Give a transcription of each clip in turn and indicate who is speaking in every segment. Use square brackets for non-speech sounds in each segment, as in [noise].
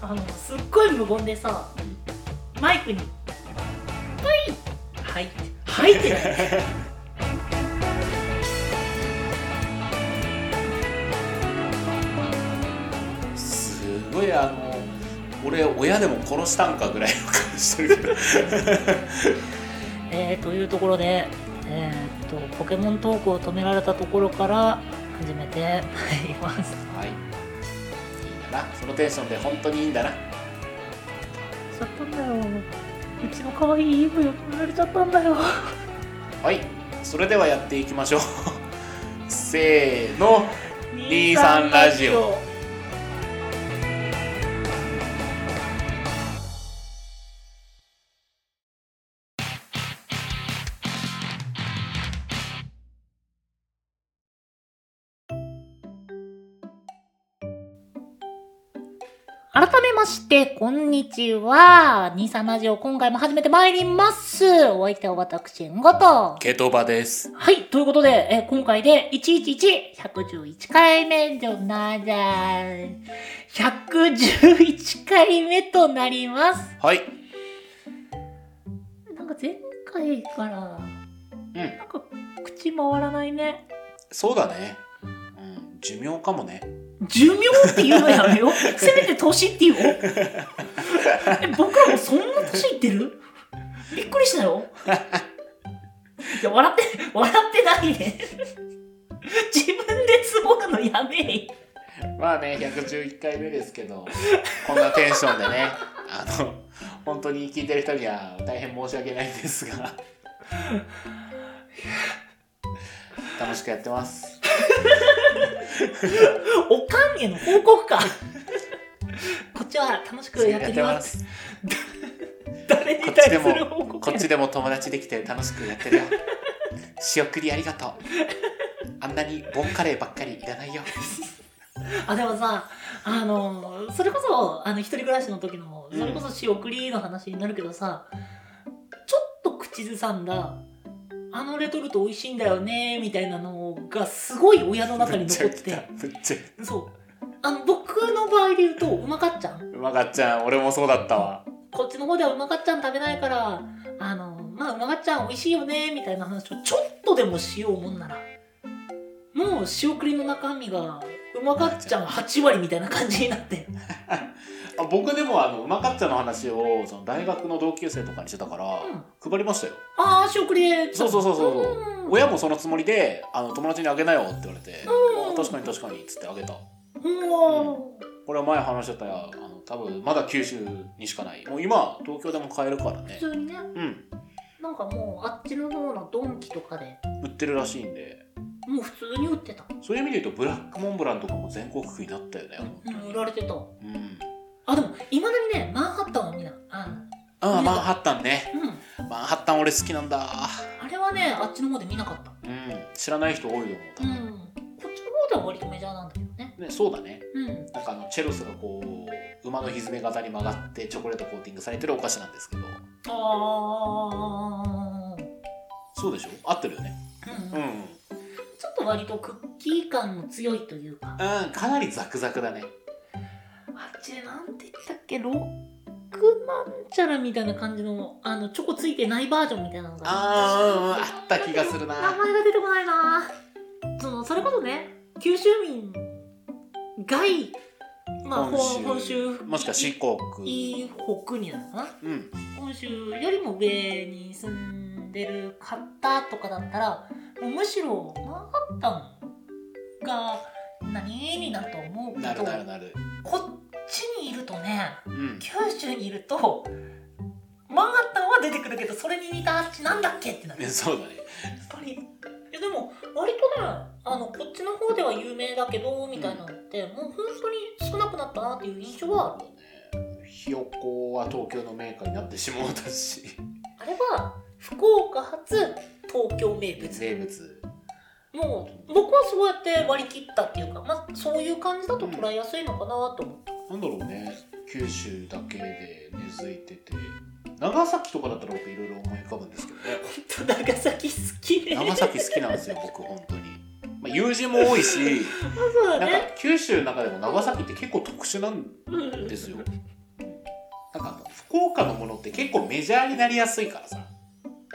Speaker 1: あのすっごい無言でさマイクに「ぷいはい」はいってない
Speaker 2: すごいあの俺親でも殺したんかぐらいの感じしてるけど
Speaker 1: えー、というところで、えー、とポケモントークを止められたところから始めてまいります
Speaker 2: はいいいんだなそのテンションで本当にいいんだな
Speaker 1: ちゃったんだようちの可愛いイブよ止められちゃったんだよ
Speaker 2: はいそれではやっていきましょう [laughs] せーの23ラジオ
Speaker 1: 改めまして、こんにちは。23ラジオ、今回も始めてまいります。お相手は私、んごと。
Speaker 2: ケトバです
Speaker 1: はい、ということで、えー今回で111111回目となる。111回目となります。
Speaker 2: はい
Speaker 1: なんか前回から、
Speaker 2: うん
Speaker 1: なんか口回らないね。
Speaker 2: そうだね、うん、寿命かもね
Speaker 1: 寿命って言うのやめよ
Speaker 2: [laughs]
Speaker 1: う。せめて年って言おう。え僕らもそんな年いってるびっくりしたよ。いや、笑って、笑ってないね。自分でつぼるのやめえよ。
Speaker 2: まあね111回目ですけどこんなテンションで [laughs] ねあの本当に聞いてる人には大変申し訳ないんです [laughs] が楽しくやってます
Speaker 1: おかんへの報告
Speaker 2: [laughs]
Speaker 1: か。こっちは楽しくやってきます。
Speaker 2: す
Speaker 1: 誰に
Speaker 2: こっ
Speaker 1: 対す
Speaker 2: ちで
Speaker 1: る報告
Speaker 2: もこっちでも友達できて楽しくやって
Speaker 1: [laughs]
Speaker 2: るよ仕送りありがとうあんなにボンカレーばっかりいらないよ
Speaker 1: あでもさあのそれこそあの一人暮らしの時のそれこそ仕送りの話になるけどさ、ちょっと口ずさんだあのレトルト美味しいんだよねみたいなのがすごい親の中
Speaker 2: ぶ
Speaker 1: に
Speaker 2: っちゃ
Speaker 1: 残っ
Speaker 2: けた
Speaker 1: て
Speaker 2: ぶっちゃけ
Speaker 1: そうあの僕の場合で言うとうまかっちゃん
Speaker 2: うまかっちゃん俺もそうだったわ
Speaker 1: こっちの方ではうまかっちゃん食べないからあのまあうまかっちゃん美味しいよねみたいな話をちょっとでもしようもんならもう仕送りの中身がうまかっちゃん8割みたいな感じになって。
Speaker 2: あ僕でもあのうまかっちゃんの話をその大学の同級生とかにしてたから、配りましたよ
Speaker 1: ああ、仕送りで。
Speaker 2: そうそうそうそうそう
Speaker 1: うん。
Speaker 2: 親もそのつもりであの友達にあげなよって言われて、
Speaker 1: うん
Speaker 2: あ確かに確かにっつってあげた
Speaker 1: うん
Speaker 2: これは前話してたやあの多分まだ九州にしかないもう今東京でも買えるから
Speaker 1: 普
Speaker 2: ね
Speaker 1: 通にね、
Speaker 2: うん
Speaker 1: なんかもうあっちの方のドンキとかで、
Speaker 2: 売ってるらしいんで
Speaker 1: もう普通に売ってた。
Speaker 2: そういう意味で言うとブラックモンブランとかも全国区になったよね本当
Speaker 1: うん
Speaker 2: に
Speaker 1: 売られてた。
Speaker 2: うん
Speaker 1: あ、でも、いまだにね、マンハッタンはみんな、あの
Speaker 2: ああマンハッタンね
Speaker 1: うん。
Speaker 2: マンハッタン俺好きなんだ
Speaker 1: あれはね、あっちの方で見なかった。
Speaker 2: うん知らない人多いと思う多
Speaker 1: うん。
Speaker 2: 分、
Speaker 1: こっちの方では割とメジャーなんだけどね。
Speaker 2: ねそうだね
Speaker 1: うん。
Speaker 2: なんかあのチェロスがこう馬のひずめ型に曲がってチョコレートコーティングされてるお菓子なんですけど
Speaker 1: ああ。
Speaker 2: そうでしょ合ってるよね
Speaker 1: うん、
Speaker 2: うん、うん
Speaker 1: ちょっと割とクッキー感も強いというか
Speaker 2: うん、かなりザクザクだね。
Speaker 1: あっちでなんて言ったっけロックなんちゃらみたいな感じのあのチョコついてないバージョンみたいなのが
Speaker 2: あー、うん、うん、あった気がす
Speaker 1: 名
Speaker 2: るな。
Speaker 1: 前が出てこないなそのそれこそね九州民外まあ本州本州
Speaker 2: もしくは四国。
Speaker 1: 以北になるのかな
Speaker 2: うん、
Speaker 1: 本州よりも上に住んでる方とかだったらもうむしろマンハッタンが何になると思うけ
Speaker 2: なる
Speaker 1: ど
Speaker 2: なるなる。
Speaker 1: こっちにいるとね
Speaker 2: うん、 [laughs]
Speaker 1: 九州にいるとマンハッタンは出てくるけどそれに似たあっちなんだっけってなる
Speaker 2: ね
Speaker 1: やっ
Speaker 2: そうだね。
Speaker 1: ぱりいやでも割とねあのこっちの方では有名だけどみたいなのって、もう本当に少なくなったなっていう印象はある
Speaker 2: ひよこは東京のメーカーになってしまったし。
Speaker 1: あれは福岡発東京名物
Speaker 2: 名物。
Speaker 1: もう僕はそうやって割り切ったっていうか、まあ、そういう感じだと捉えやすいのかなと思って、
Speaker 2: なんだろうね。九州だけで根付いてて。長崎とかだったら僕いろいろ [laughs] 思い浮かぶんですけどね。
Speaker 1: [laughs] 本当長崎好きね
Speaker 2: 長崎好きなんですよ、僕、本当に。まあ、友人も多い [laughs] し、
Speaker 1: そうだ
Speaker 2: なん
Speaker 1: ね
Speaker 2: か九州の中でも長崎って結構特殊なん
Speaker 1: うん
Speaker 2: ですよ。なんか福岡のものって結構メジャーになりやすいからさ。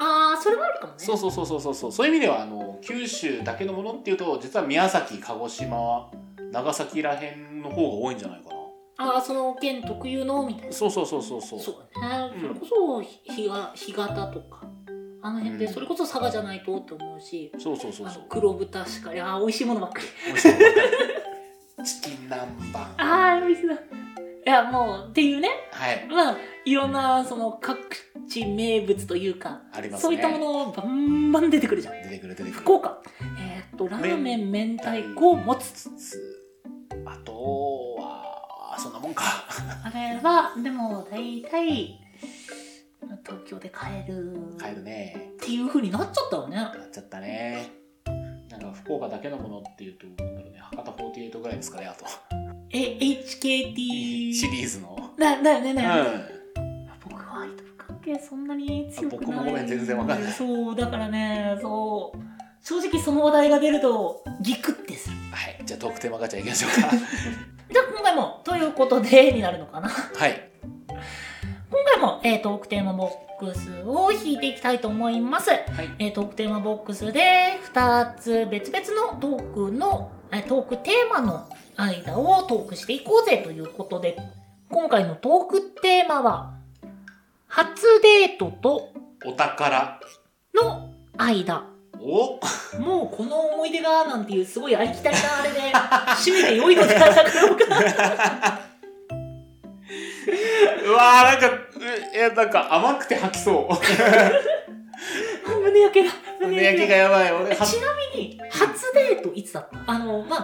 Speaker 1: ああそれもあるかもね
Speaker 2: そうそうそうそうそうそうそういう意味ではあの九州だけのものっていうと実は宮崎鹿児島長崎らへんの方が多いんじゃないかな
Speaker 1: ああその県特有のみたいな
Speaker 2: そうそうそうそうそう
Speaker 1: そうだね、
Speaker 2: うん
Speaker 1: それこそ日が干潟とかあの辺で
Speaker 2: うん
Speaker 1: それこそ佐賀じゃないとって思うし、
Speaker 2: そうそうそう
Speaker 1: あ
Speaker 2: そ
Speaker 1: の
Speaker 2: う
Speaker 1: 黒豚しかりああ美味しいものばっかり
Speaker 2: 美味しいものばっかりチキン南蛮
Speaker 1: ああ美味しそういやもうっていうね
Speaker 2: はい
Speaker 1: まあいろんなその各地名物というか
Speaker 2: ありますね
Speaker 1: そういったものバンバン出てくるじゃん
Speaker 2: 出てくる出てくる
Speaker 1: 福岡えーっとラーメン明太子もつ
Speaker 2: つつあとはそんなもんか
Speaker 1: あれはでも大体東京で買える
Speaker 2: 帰るね
Speaker 1: っていう風になっちゃったよね
Speaker 2: なっちゃったねなんか福岡だけのものっていうとなんだろうね博多48ぐらいですかねあと
Speaker 1: え HKT
Speaker 2: シリーズの
Speaker 1: だだよね
Speaker 2: う
Speaker 1: だよね、
Speaker 2: ん
Speaker 1: 僕はアイドル関係そんなに強くない
Speaker 2: あ僕もごめん全然わかんない
Speaker 1: そうだからねそう正直その話題が出るとギクってする
Speaker 2: はい、じゃあトークテーマガチャいきましょうか。
Speaker 1: じゃあ今回もということでになるのかな
Speaker 2: [laughs] はい、
Speaker 1: 今回も、えー、トークテーマボックスを引いていきたいと思います、
Speaker 2: い
Speaker 1: えー、トークテーマボックスで2つ別々のトークの、えートークテーマの間をトークしていこうぜということで今回のトークテーマは初デートと
Speaker 2: お宝。
Speaker 1: の間
Speaker 2: お、
Speaker 1: もうこの思い出がなんていうすごいありきたりなあれで趣味で良いのではなかろうか
Speaker 2: うわーなんか、ういやなんか甘くて吐き [laughs] そう。
Speaker 1: 胸焼けが
Speaker 2: 胸焼けがやばい、俺。は
Speaker 1: ちなみに初デートいつだったあのま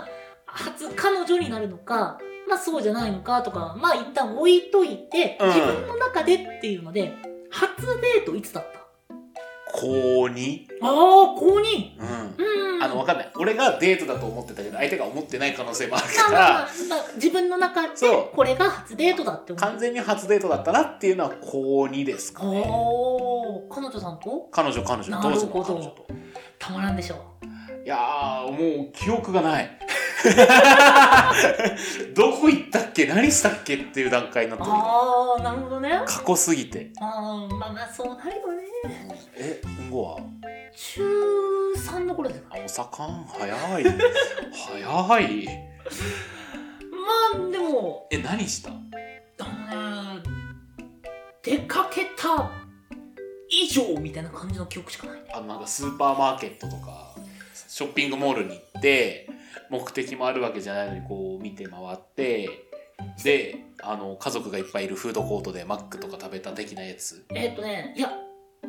Speaker 1: あ初彼女になるのかまあそうじゃないのかとかまあ一旦置いといて、
Speaker 2: うん
Speaker 1: 自分の中でっていうので初デートいつだった
Speaker 2: 高二。
Speaker 1: ああ高2
Speaker 2: うん。
Speaker 1: うん
Speaker 2: あの、わかんない。俺がデートだと思ってたけど、相手が思ってない可能性もあ
Speaker 1: ま
Speaker 2: る
Speaker 1: あまあ
Speaker 2: か
Speaker 1: まあ
Speaker 2: ら。
Speaker 1: まあ自分の中で
Speaker 2: そう
Speaker 1: これが初デートだって思う
Speaker 2: 完全に初デートだったなっていうのは高二ですかね。
Speaker 1: おー彼女さんと
Speaker 2: 彼女彼女
Speaker 1: な
Speaker 2: 当
Speaker 1: る
Speaker 2: 時
Speaker 1: ほ
Speaker 2: の
Speaker 1: ど
Speaker 2: 彼女と。
Speaker 1: たまらんでしょう
Speaker 2: いやーもう記憶がない。 [laughs] どこ行ったっけ何したっけっていう段階になってる
Speaker 1: ああなるほどねあ
Speaker 2: 過去すぎて。
Speaker 1: あーまあまあそうなるよね
Speaker 2: え、うんごは
Speaker 1: 中3の頃ですか
Speaker 2: あお盛ん早い早い
Speaker 1: まあでも
Speaker 2: え何した
Speaker 1: あのね出かけた以上みたいな感じの記憶しかないね
Speaker 2: あのなんかスーパーマーケットとかショッピングモールに行って目的もあるわけじゃないのにこう見て回ってであの家族がいっぱいいるフードコートでマックとか食べた的なやつ
Speaker 1: えっ、とねいや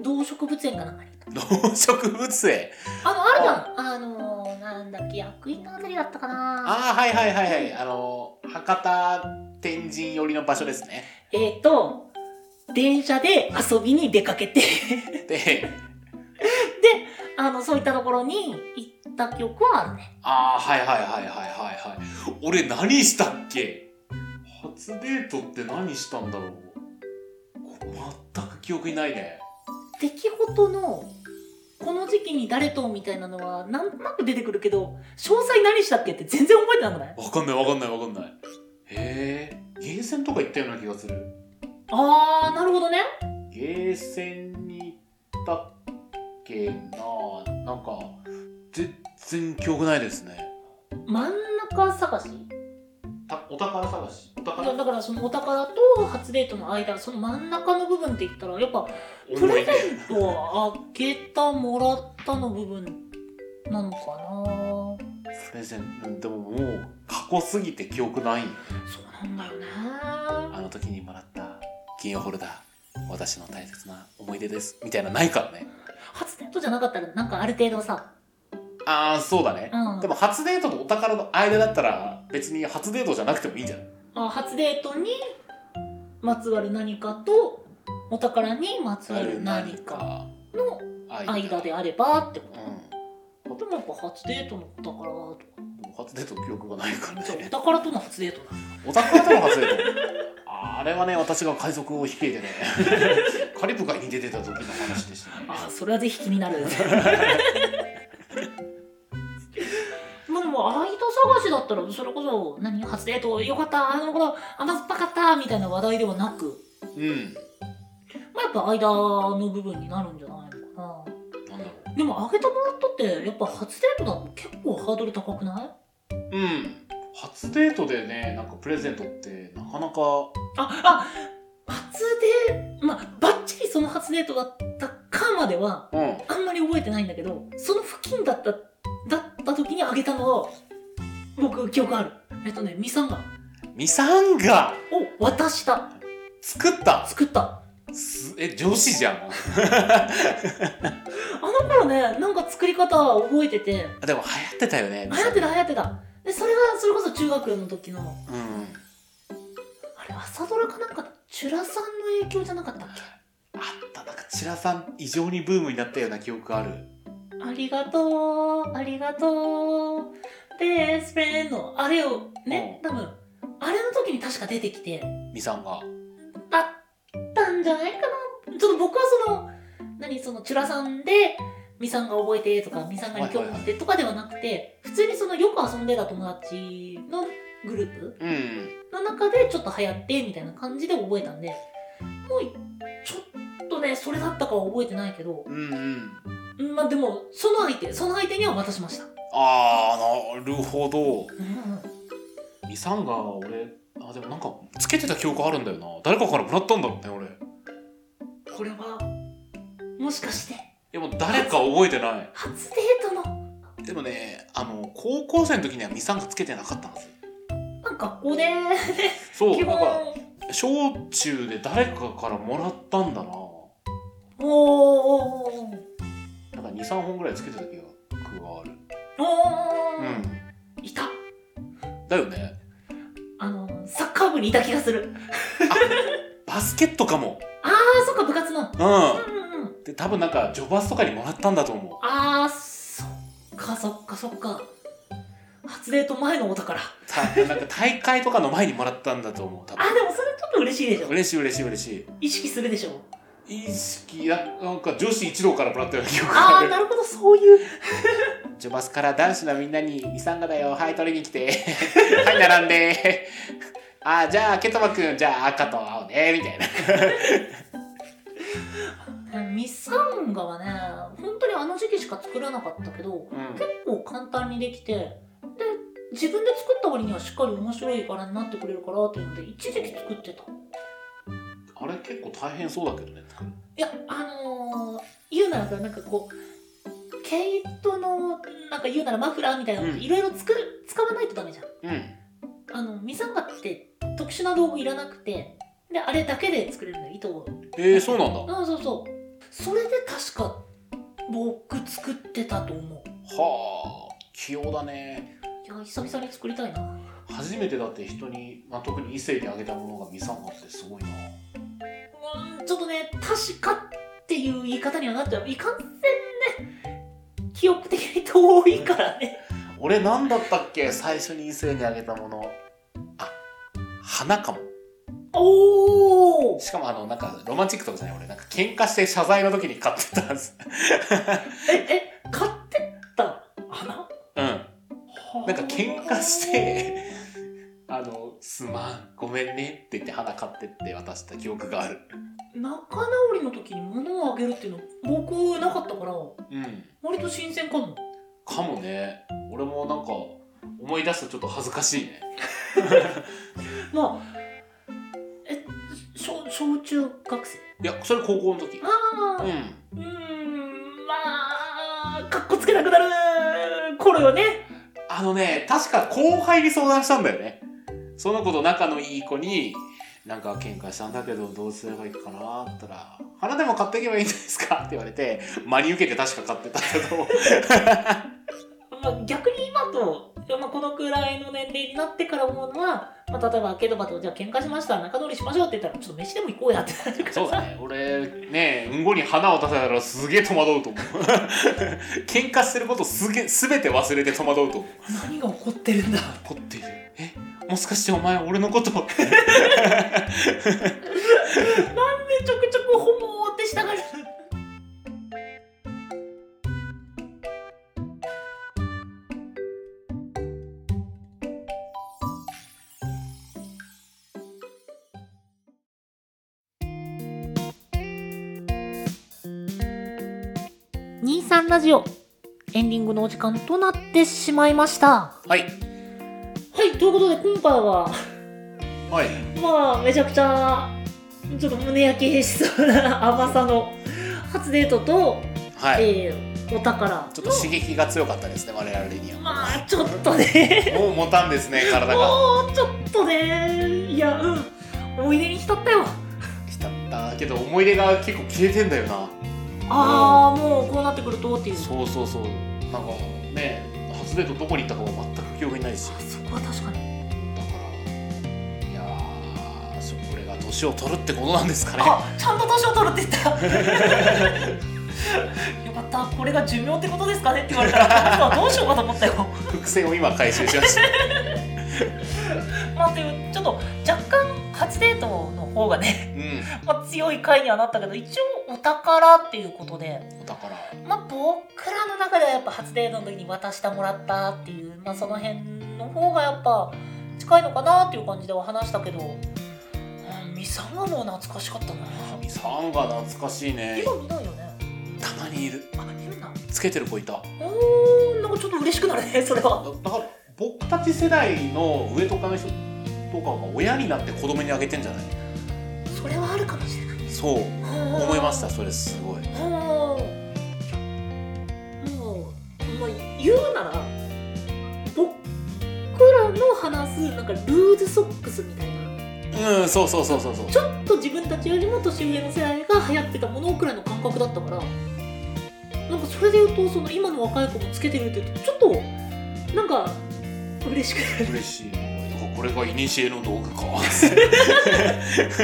Speaker 1: 動植物園かなんかに
Speaker 2: 動植物園
Speaker 1: あのあるじゃんあのー、なんだっけ役員のあたりだったかな
Speaker 2: ああはいはいはいはいあの博多天神寄りの場所ですね
Speaker 1: えっ、と電車で遊びに出かけて
Speaker 2: で
Speaker 1: [laughs] あのそういったところに行った記憶はあるね
Speaker 2: ああはいはいはいはいはいはい俺何したっけ初デートって何したんだろうこ全く記憶にないね
Speaker 1: 出来事のこの時期に誰とみたいなのはなんとなく出てくるけど詳細何したっけって全然覚えてなくない
Speaker 2: わかんないわかんないわかんないへえゲーセンとか行ったような気がする
Speaker 1: あーなるほどね
Speaker 2: ゲーセンに行ったっけななんか全然記憶ないですね
Speaker 1: 真ん中探した
Speaker 2: お宝探しお
Speaker 1: だ
Speaker 2: 宝
Speaker 1: だからそのお宝と初デートの間その真ん中の部分って言ったらやっぱプレゼントをあげたもらったの部分なのかな
Speaker 2: プレゼントでももう過去すぎて記憶ないよ
Speaker 1: そうなんだよね
Speaker 2: あの時にもらった金曜ホルダー私の大切な思い出ですみたいなないからね
Speaker 1: 初デートじゃなかったらなんかある程度さ
Speaker 2: ああそうだね、
Speaker 1: うん
Speaker 2: でも初デートとお宝の間だったら別に初デートじゃなくてもいいんじゃない
Speaker 1: あ初デートにまつわる何かとお宝にまつわる何かの
Speaker 2: 間
Speaker 1: 間であればってこと
Speaker 2: う
Speaker 1: でもやっぱ初デートのお宝と
Speaker 2: んでも初デートの記憶がないから
Speaker 1: じゃあお
Speaker 2: ね
Speaker 1: 宝との初デートだ
Speaker 2: お宝との初デートあれはね私が海賊を率い [laughs] てねカリブ海に出てた時の話でしたね
Speaker 1: [laughs] あーそれはぜひ気になるアイド探しだったらそれこそ何初デートよかったあの頃甘酸っぱかったみたいな話題ではなく、
Speaker 2: うん
Speaker 1: まあ、やっぱ間の部分になるんじゃないのか
Speaker 2: なんだろ
Speaker 1: なでもあげてもらったってやっぱ初デートだと結構ハードル高くないう
Speaker 2: うん初デートでねなんかプレゼントってなかなか
Speaker 1: ああ初デートまあばっちりその初デートだったかまでは
Speaker 2: うん
Speaker 1: あんまり覚えてないんだけどその付近だっただった時にあげたのは僕記憶あるえっとねミサンガ
Speaker 2: ミサンガ
Speaker 1: を渡した
Speaker 2: 作った
Speaker 1: 作った
Speaker 2: すえ女子じゃん
Speaker 1: あの頃ねなんか作り方覚えてて
Speaker 2: あでも流行ってたよね
Speaker 1: 流行ってた流行ってたでそれがそれこそ中学の時の
Speaker 2: う
Speaker 1: あ
Speaker 2: ん
Speaker 1: れ朝ドラかなんかチュラさんの影響じゃなかったっ
Speaker 2: あったなんかチラさん異常にブームになったような記憶がある
Speaker 1: けありがとうありがとうベースペンのあれをね
Speaker 2: う
Speaker 1: 多分あれの時に確か出てきて
Speaker 2: ミサンガ
Speaker 1: だったんじゃないかなちょっと僕はその何そのチュラさんでミサンが覚えてとかミサンがに興味持ってとかではなくて普通にそのよく遊んでた友達のグループ
Speaker 2: うん
Speaker 1: の中でちょっと流行ってみたいな感じで覚えたんでもうちょっとねそれだったかは覚えてないけど
Speaker 2: うんうん
Speaker 1: うんまあでもその相手その相手には渡しました、
Speaker 2: あーなるほど
Speaker 1: うんうん
Speaker 2: ミサンガ俺あでもなんかつけてた記憶あるんだよな誰かからもらったんだろうね俺
Speaker 1: これはもしかして
Speaker 2: でも誰か覚えてない
Speaker 1: 初デートの
Speaker 2: でもねあの高校生の時にはミサンガつけてなかったんですよ
Speaker 1: なんか学校で
Speaker 2: そう
Speaker 1: 基
Speaker 2: だから
Speaker 1: 本
Speaker 2: 小中で誰かからもらったんだな
Speaker 1: おーおーおー
Speaker 2: なんか23本ぐらいつけてた記憶がある
Speaker 1: おー、
Speaker 2: う
Speaker 1: いた
Speaker 2: んだよね
Speaker 1: あのサッカー部にいた気がする
Speaker 2: バスケットかも
Speaker 1: あーそっか部活の
Speaker 2: う
Speaker 1: うんうんうん
Speaker 2: んで多分なんかジョバスとかにもらったんだと思う
Speaker 1: あーそっかそっかそっか初デート前のお宝あ
Speaker 2: たなんか大会とかの前にもらったんだと思う
Speaker 1: で
Speaker 2: 多
Speaker 1: もそれちょっと嬉しいでしょ
Speaker 2: 分嬉しい嬉しい嬉し
Speaker 1: 意識するでしょ
Speaker 2: い意識やなんか女子一同からもらったような記憶が
Speaker 1: あ
Speaker 2: あ
Speaker 1: あ
Speaker 2: る
Speaker 1: なるほどそういう
Speaker 2: ジョバスから男子のみんなに「ミサンガだよはい取りに来て [laughs] はい並んで」 [laughs] あーじゃあケトバくんじゃあ赤と青ねみたいな
Speaker 1: ミサンガはね本当にあの時期しか作らなかったけど結構簡単にできてで自分で作った割にはしっかり面白い柄になってくれるからっていうので一時期作ってた
Speaker 2: あれ結構大変そうだけどね作る
Speaker 1: いやあのー、言うならさなんかこう毛糸のなんか言うならマフラーみたいなの
Speaker 2: うん
Speaker 1: いろいろ作る使わないとダメじゃん
Speaker 2: うん
Speaker 1: あのミサンガって特殊な道具いらなくてであれだけで作れるんだよ糸を
Speaker 2: えー、そうなんだは
Speaker 1: あそうそうそれで確か僕作ってたと思う
Speaker 2: あ器用だね
Speaker 1: いや久々に作りたいな
Speaker 2: 初めてだって人に、まあ、特に異性にあげたものがミサンガってすごいな
Speaker 1: うんちょっとね確かっていう言い方にはなっちゃういかんせんね記憶的に遠いからね
Speaker 2: 俺なんだったっけ最初に異性にあげたものあ花かも
Speaker 1: おお
Speaker 2: しかもあのなんかロマンチックとかじゃない俺なんか喧嘩して謝罪の時に買ってたんです
Speaker 1: ええ買ってった花は
Speaker 2: うんなん
Speaker 1: あ
Speaker 2: か喧嘩してあのすまんごめんねって言って花買ってって渡した記憶がある
Speaker 1: 仲直りの時に物をあげるっていうの僕なかったから
Speaker 2: うん
Speaker 1: 割と新鮮かも
Speaker 2: かもね俺もなんか思い出すとちょっと恥ずかしいね
Speaker 1: まあえ小小中学生
Speaker 2: いやそれ高校の時
Speaker 1: ああ
Speaker 2: うん
Speaker 1: うーんまあかっこつけなくなるこれはね
Speaker 2: あのね、確か後輩に相談したんだよね。その子と仲のいい子に、なんか喧嘩したんだけど、どうすればいいかなって言ったら、花でも買っていけばいいんじゃないですかって言われて、真に受けて確か買ってたけど、
Speaker 1: まあ逆に今と、まあ、このくらいの年齢になってから思うのは、まあ、例えばケドバとじゃあ喧嘩しました仲直りしましょうって言ったらちょっと飯でも行こうやってなるから
Speaker 2: そうだね、俺、ね、うんごに花を出せたらすげえ戸惑うと思う。 [laughs] 喧嘩してることすげえ、すべて忘れて戸惑うと思う。
Speaker 1: 何が起こってるんだ
Speaker 2: 怒っている。えもしかしてお前俺のこと
Speaker 1: なんでちょくちょくホモってしたがるさんラジオエンディングのお時間となってしまいましたは
Speaker 2: はい
Speaker 1: いということで今回は
Speaker 2: はい
Speaker 1: まあめちゃくちゃちょっと胸焼けしそうな甘さの初デートと、
Speaker 2: はい、
Speaker 1: えーお宝
Speaker 2: ちょっと刺激が強かったですね我々には
Speaker 1: まあちょっとね
Speaker 2: もう持たんですね体が
Speaker 1: もうちょっとねいやうん思い出に浸ったよ
Speaker 2: 浸ったけど思い出が結構消えてんだよな
Speaker 1: ああもうこうなってくるとっていう
Speaker 2: そうそうそうなんかね初デートどこに行ったかも全く記憶にないし
Speaker 1: あそこは確かに
Speaker 2: だからいやーそうこれが年を取るってことなんですかね
Speaker 1: あちゃんと年を取るって言った [laughs] よかったこれが寿命ってことですかねって言われたらこの人はどうしようかと思ったよ
Speaker 2: 伏線を今回収しました
Speaker 1: まあというちょっと若干初デートの方がね、
Speaker 2: うん
Speaker 1: まあ、強い回にはなったけど一応お宝っていうことで
Speaker 2: お宝
Speaker 1: まあ僕らの中ではやっぱ初デートの時に渡したもらったっていうまあその辺の方がやっぱ近いのかなっていう感じでは話したけど、うん、ミサはもう懐かしかったな
Speaker 2: 神さんが懐かしいね
Speaker 1: 今見ないよね
Speaker 2: たまにいる
Speaker 1: あ変な
Speaker 2: つけてる子いた
Speaker 1: おーなんかちょっと嬉しくなるねそれは
Speaker 2: だだから僕たち世代の上とかの人とかが親になって子供にあげてんじゃない
Speaker 1: それはあるかもしれない
Speaker 2: そう思
Speaker 1: 思
Speaker 2: いましたそれすごい
Speaker 1: もうもうまあ言うなら僕らの話すなんかルーズソックスみたいな
Speaker 2: うんそうそうそうそうそう
Speaker 1: ちょっと自分たちよりも年上の世代が流行ってたものくらいの感覚だったからなんかそれで言うとその今の若い子もつけてるって言うとちょっとなんか嬉しくなる
Speaker 2: 嬉しいなんかこれがイニシエの道具か [laughs]
Speaker 1: さ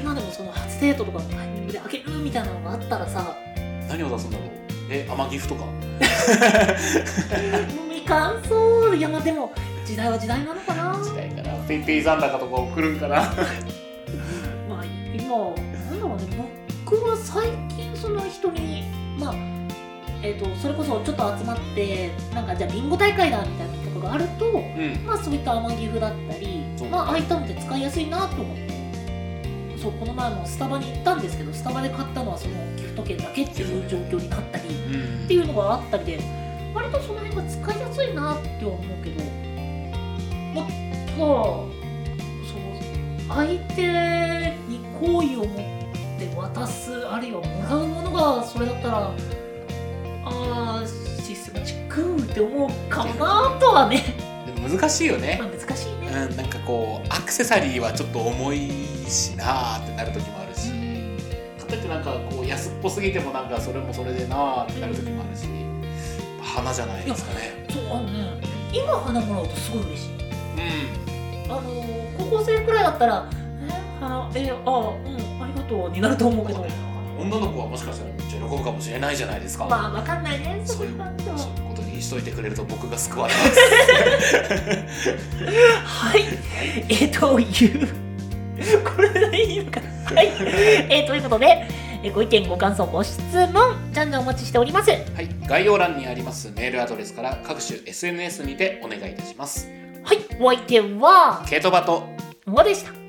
Speaker 1: 今でもその初デートとかのタイミングで開けるみたいなのがあったらさ
Speaker 2: 何を出すんだろうえ甘ギフとか
Speaker 1: もうみかんそういやまあでも時代は時代なのかな
Speaker 2: 時代からペイペイ残高とか送るんかな
Speaker 1: まあ今なんだろうね僕は最近その人にまあえっ、とそれこそちょっと集まってなんかじゃあビンゴ大会だみたいなとこがあると
Speaker 2: うん
Speaker 1: まあそういった甘ギフだったり
Speaker 2: そう
Speaker 1: まあああいったのって使いやすいなと思ってそうこの前もスタバに行ったんですけどスタバで買ったのはそのギフト券だけっていう状況になったり
Speaker 2: うん
Speaker 1: っていうのがあったりで割とその辺が使いやすいなって思うけどもっとその相手に好意を持って渡すあるいはもらうものがそれだったらあーシステムチックって思うかなとはね [laughs]
Speaker 2: でも難しいよね
Speaker 1: まあ難しいね。
Speaker 2: うんなんかこうアクセサリーはちょっと重いしなーってなる時もあるしかといってなんかこう安っぽすぎてもなんかそれもそれでなーってなる時もあるし花じゃないですかね
Speaker 1: そうあのね今花もらうとすごい嬉しい。
Speaker 2: う
Speaker 1: あの高校生くらいだったら「え花えあうんありがとう」になると思うけど。
Speaker 2: ん女の子はもしかしたらめっちゃ喜ぶかもしれないじゃないですか、
Speaker 1: まあわかんないねそ
Speaker 2: そうう
Speaker 1: い
Speaker 2: いうう
Speaker 1: 感じは
Speaker 2: そういうことにしといてくれると僕が救われます
Speaker 1: はいえっというこれでいいのかはいえー、ということでえーご意見ご感想ご質問じゃんじゃんお待ちしておりますは
Speaker 2: はい、概要欄にありますメールアドレスから各種 SNS にてお願いいたします。
Speaker 1: いお相手は
Speaker 2: ケイトバと
Speaker 1: もでした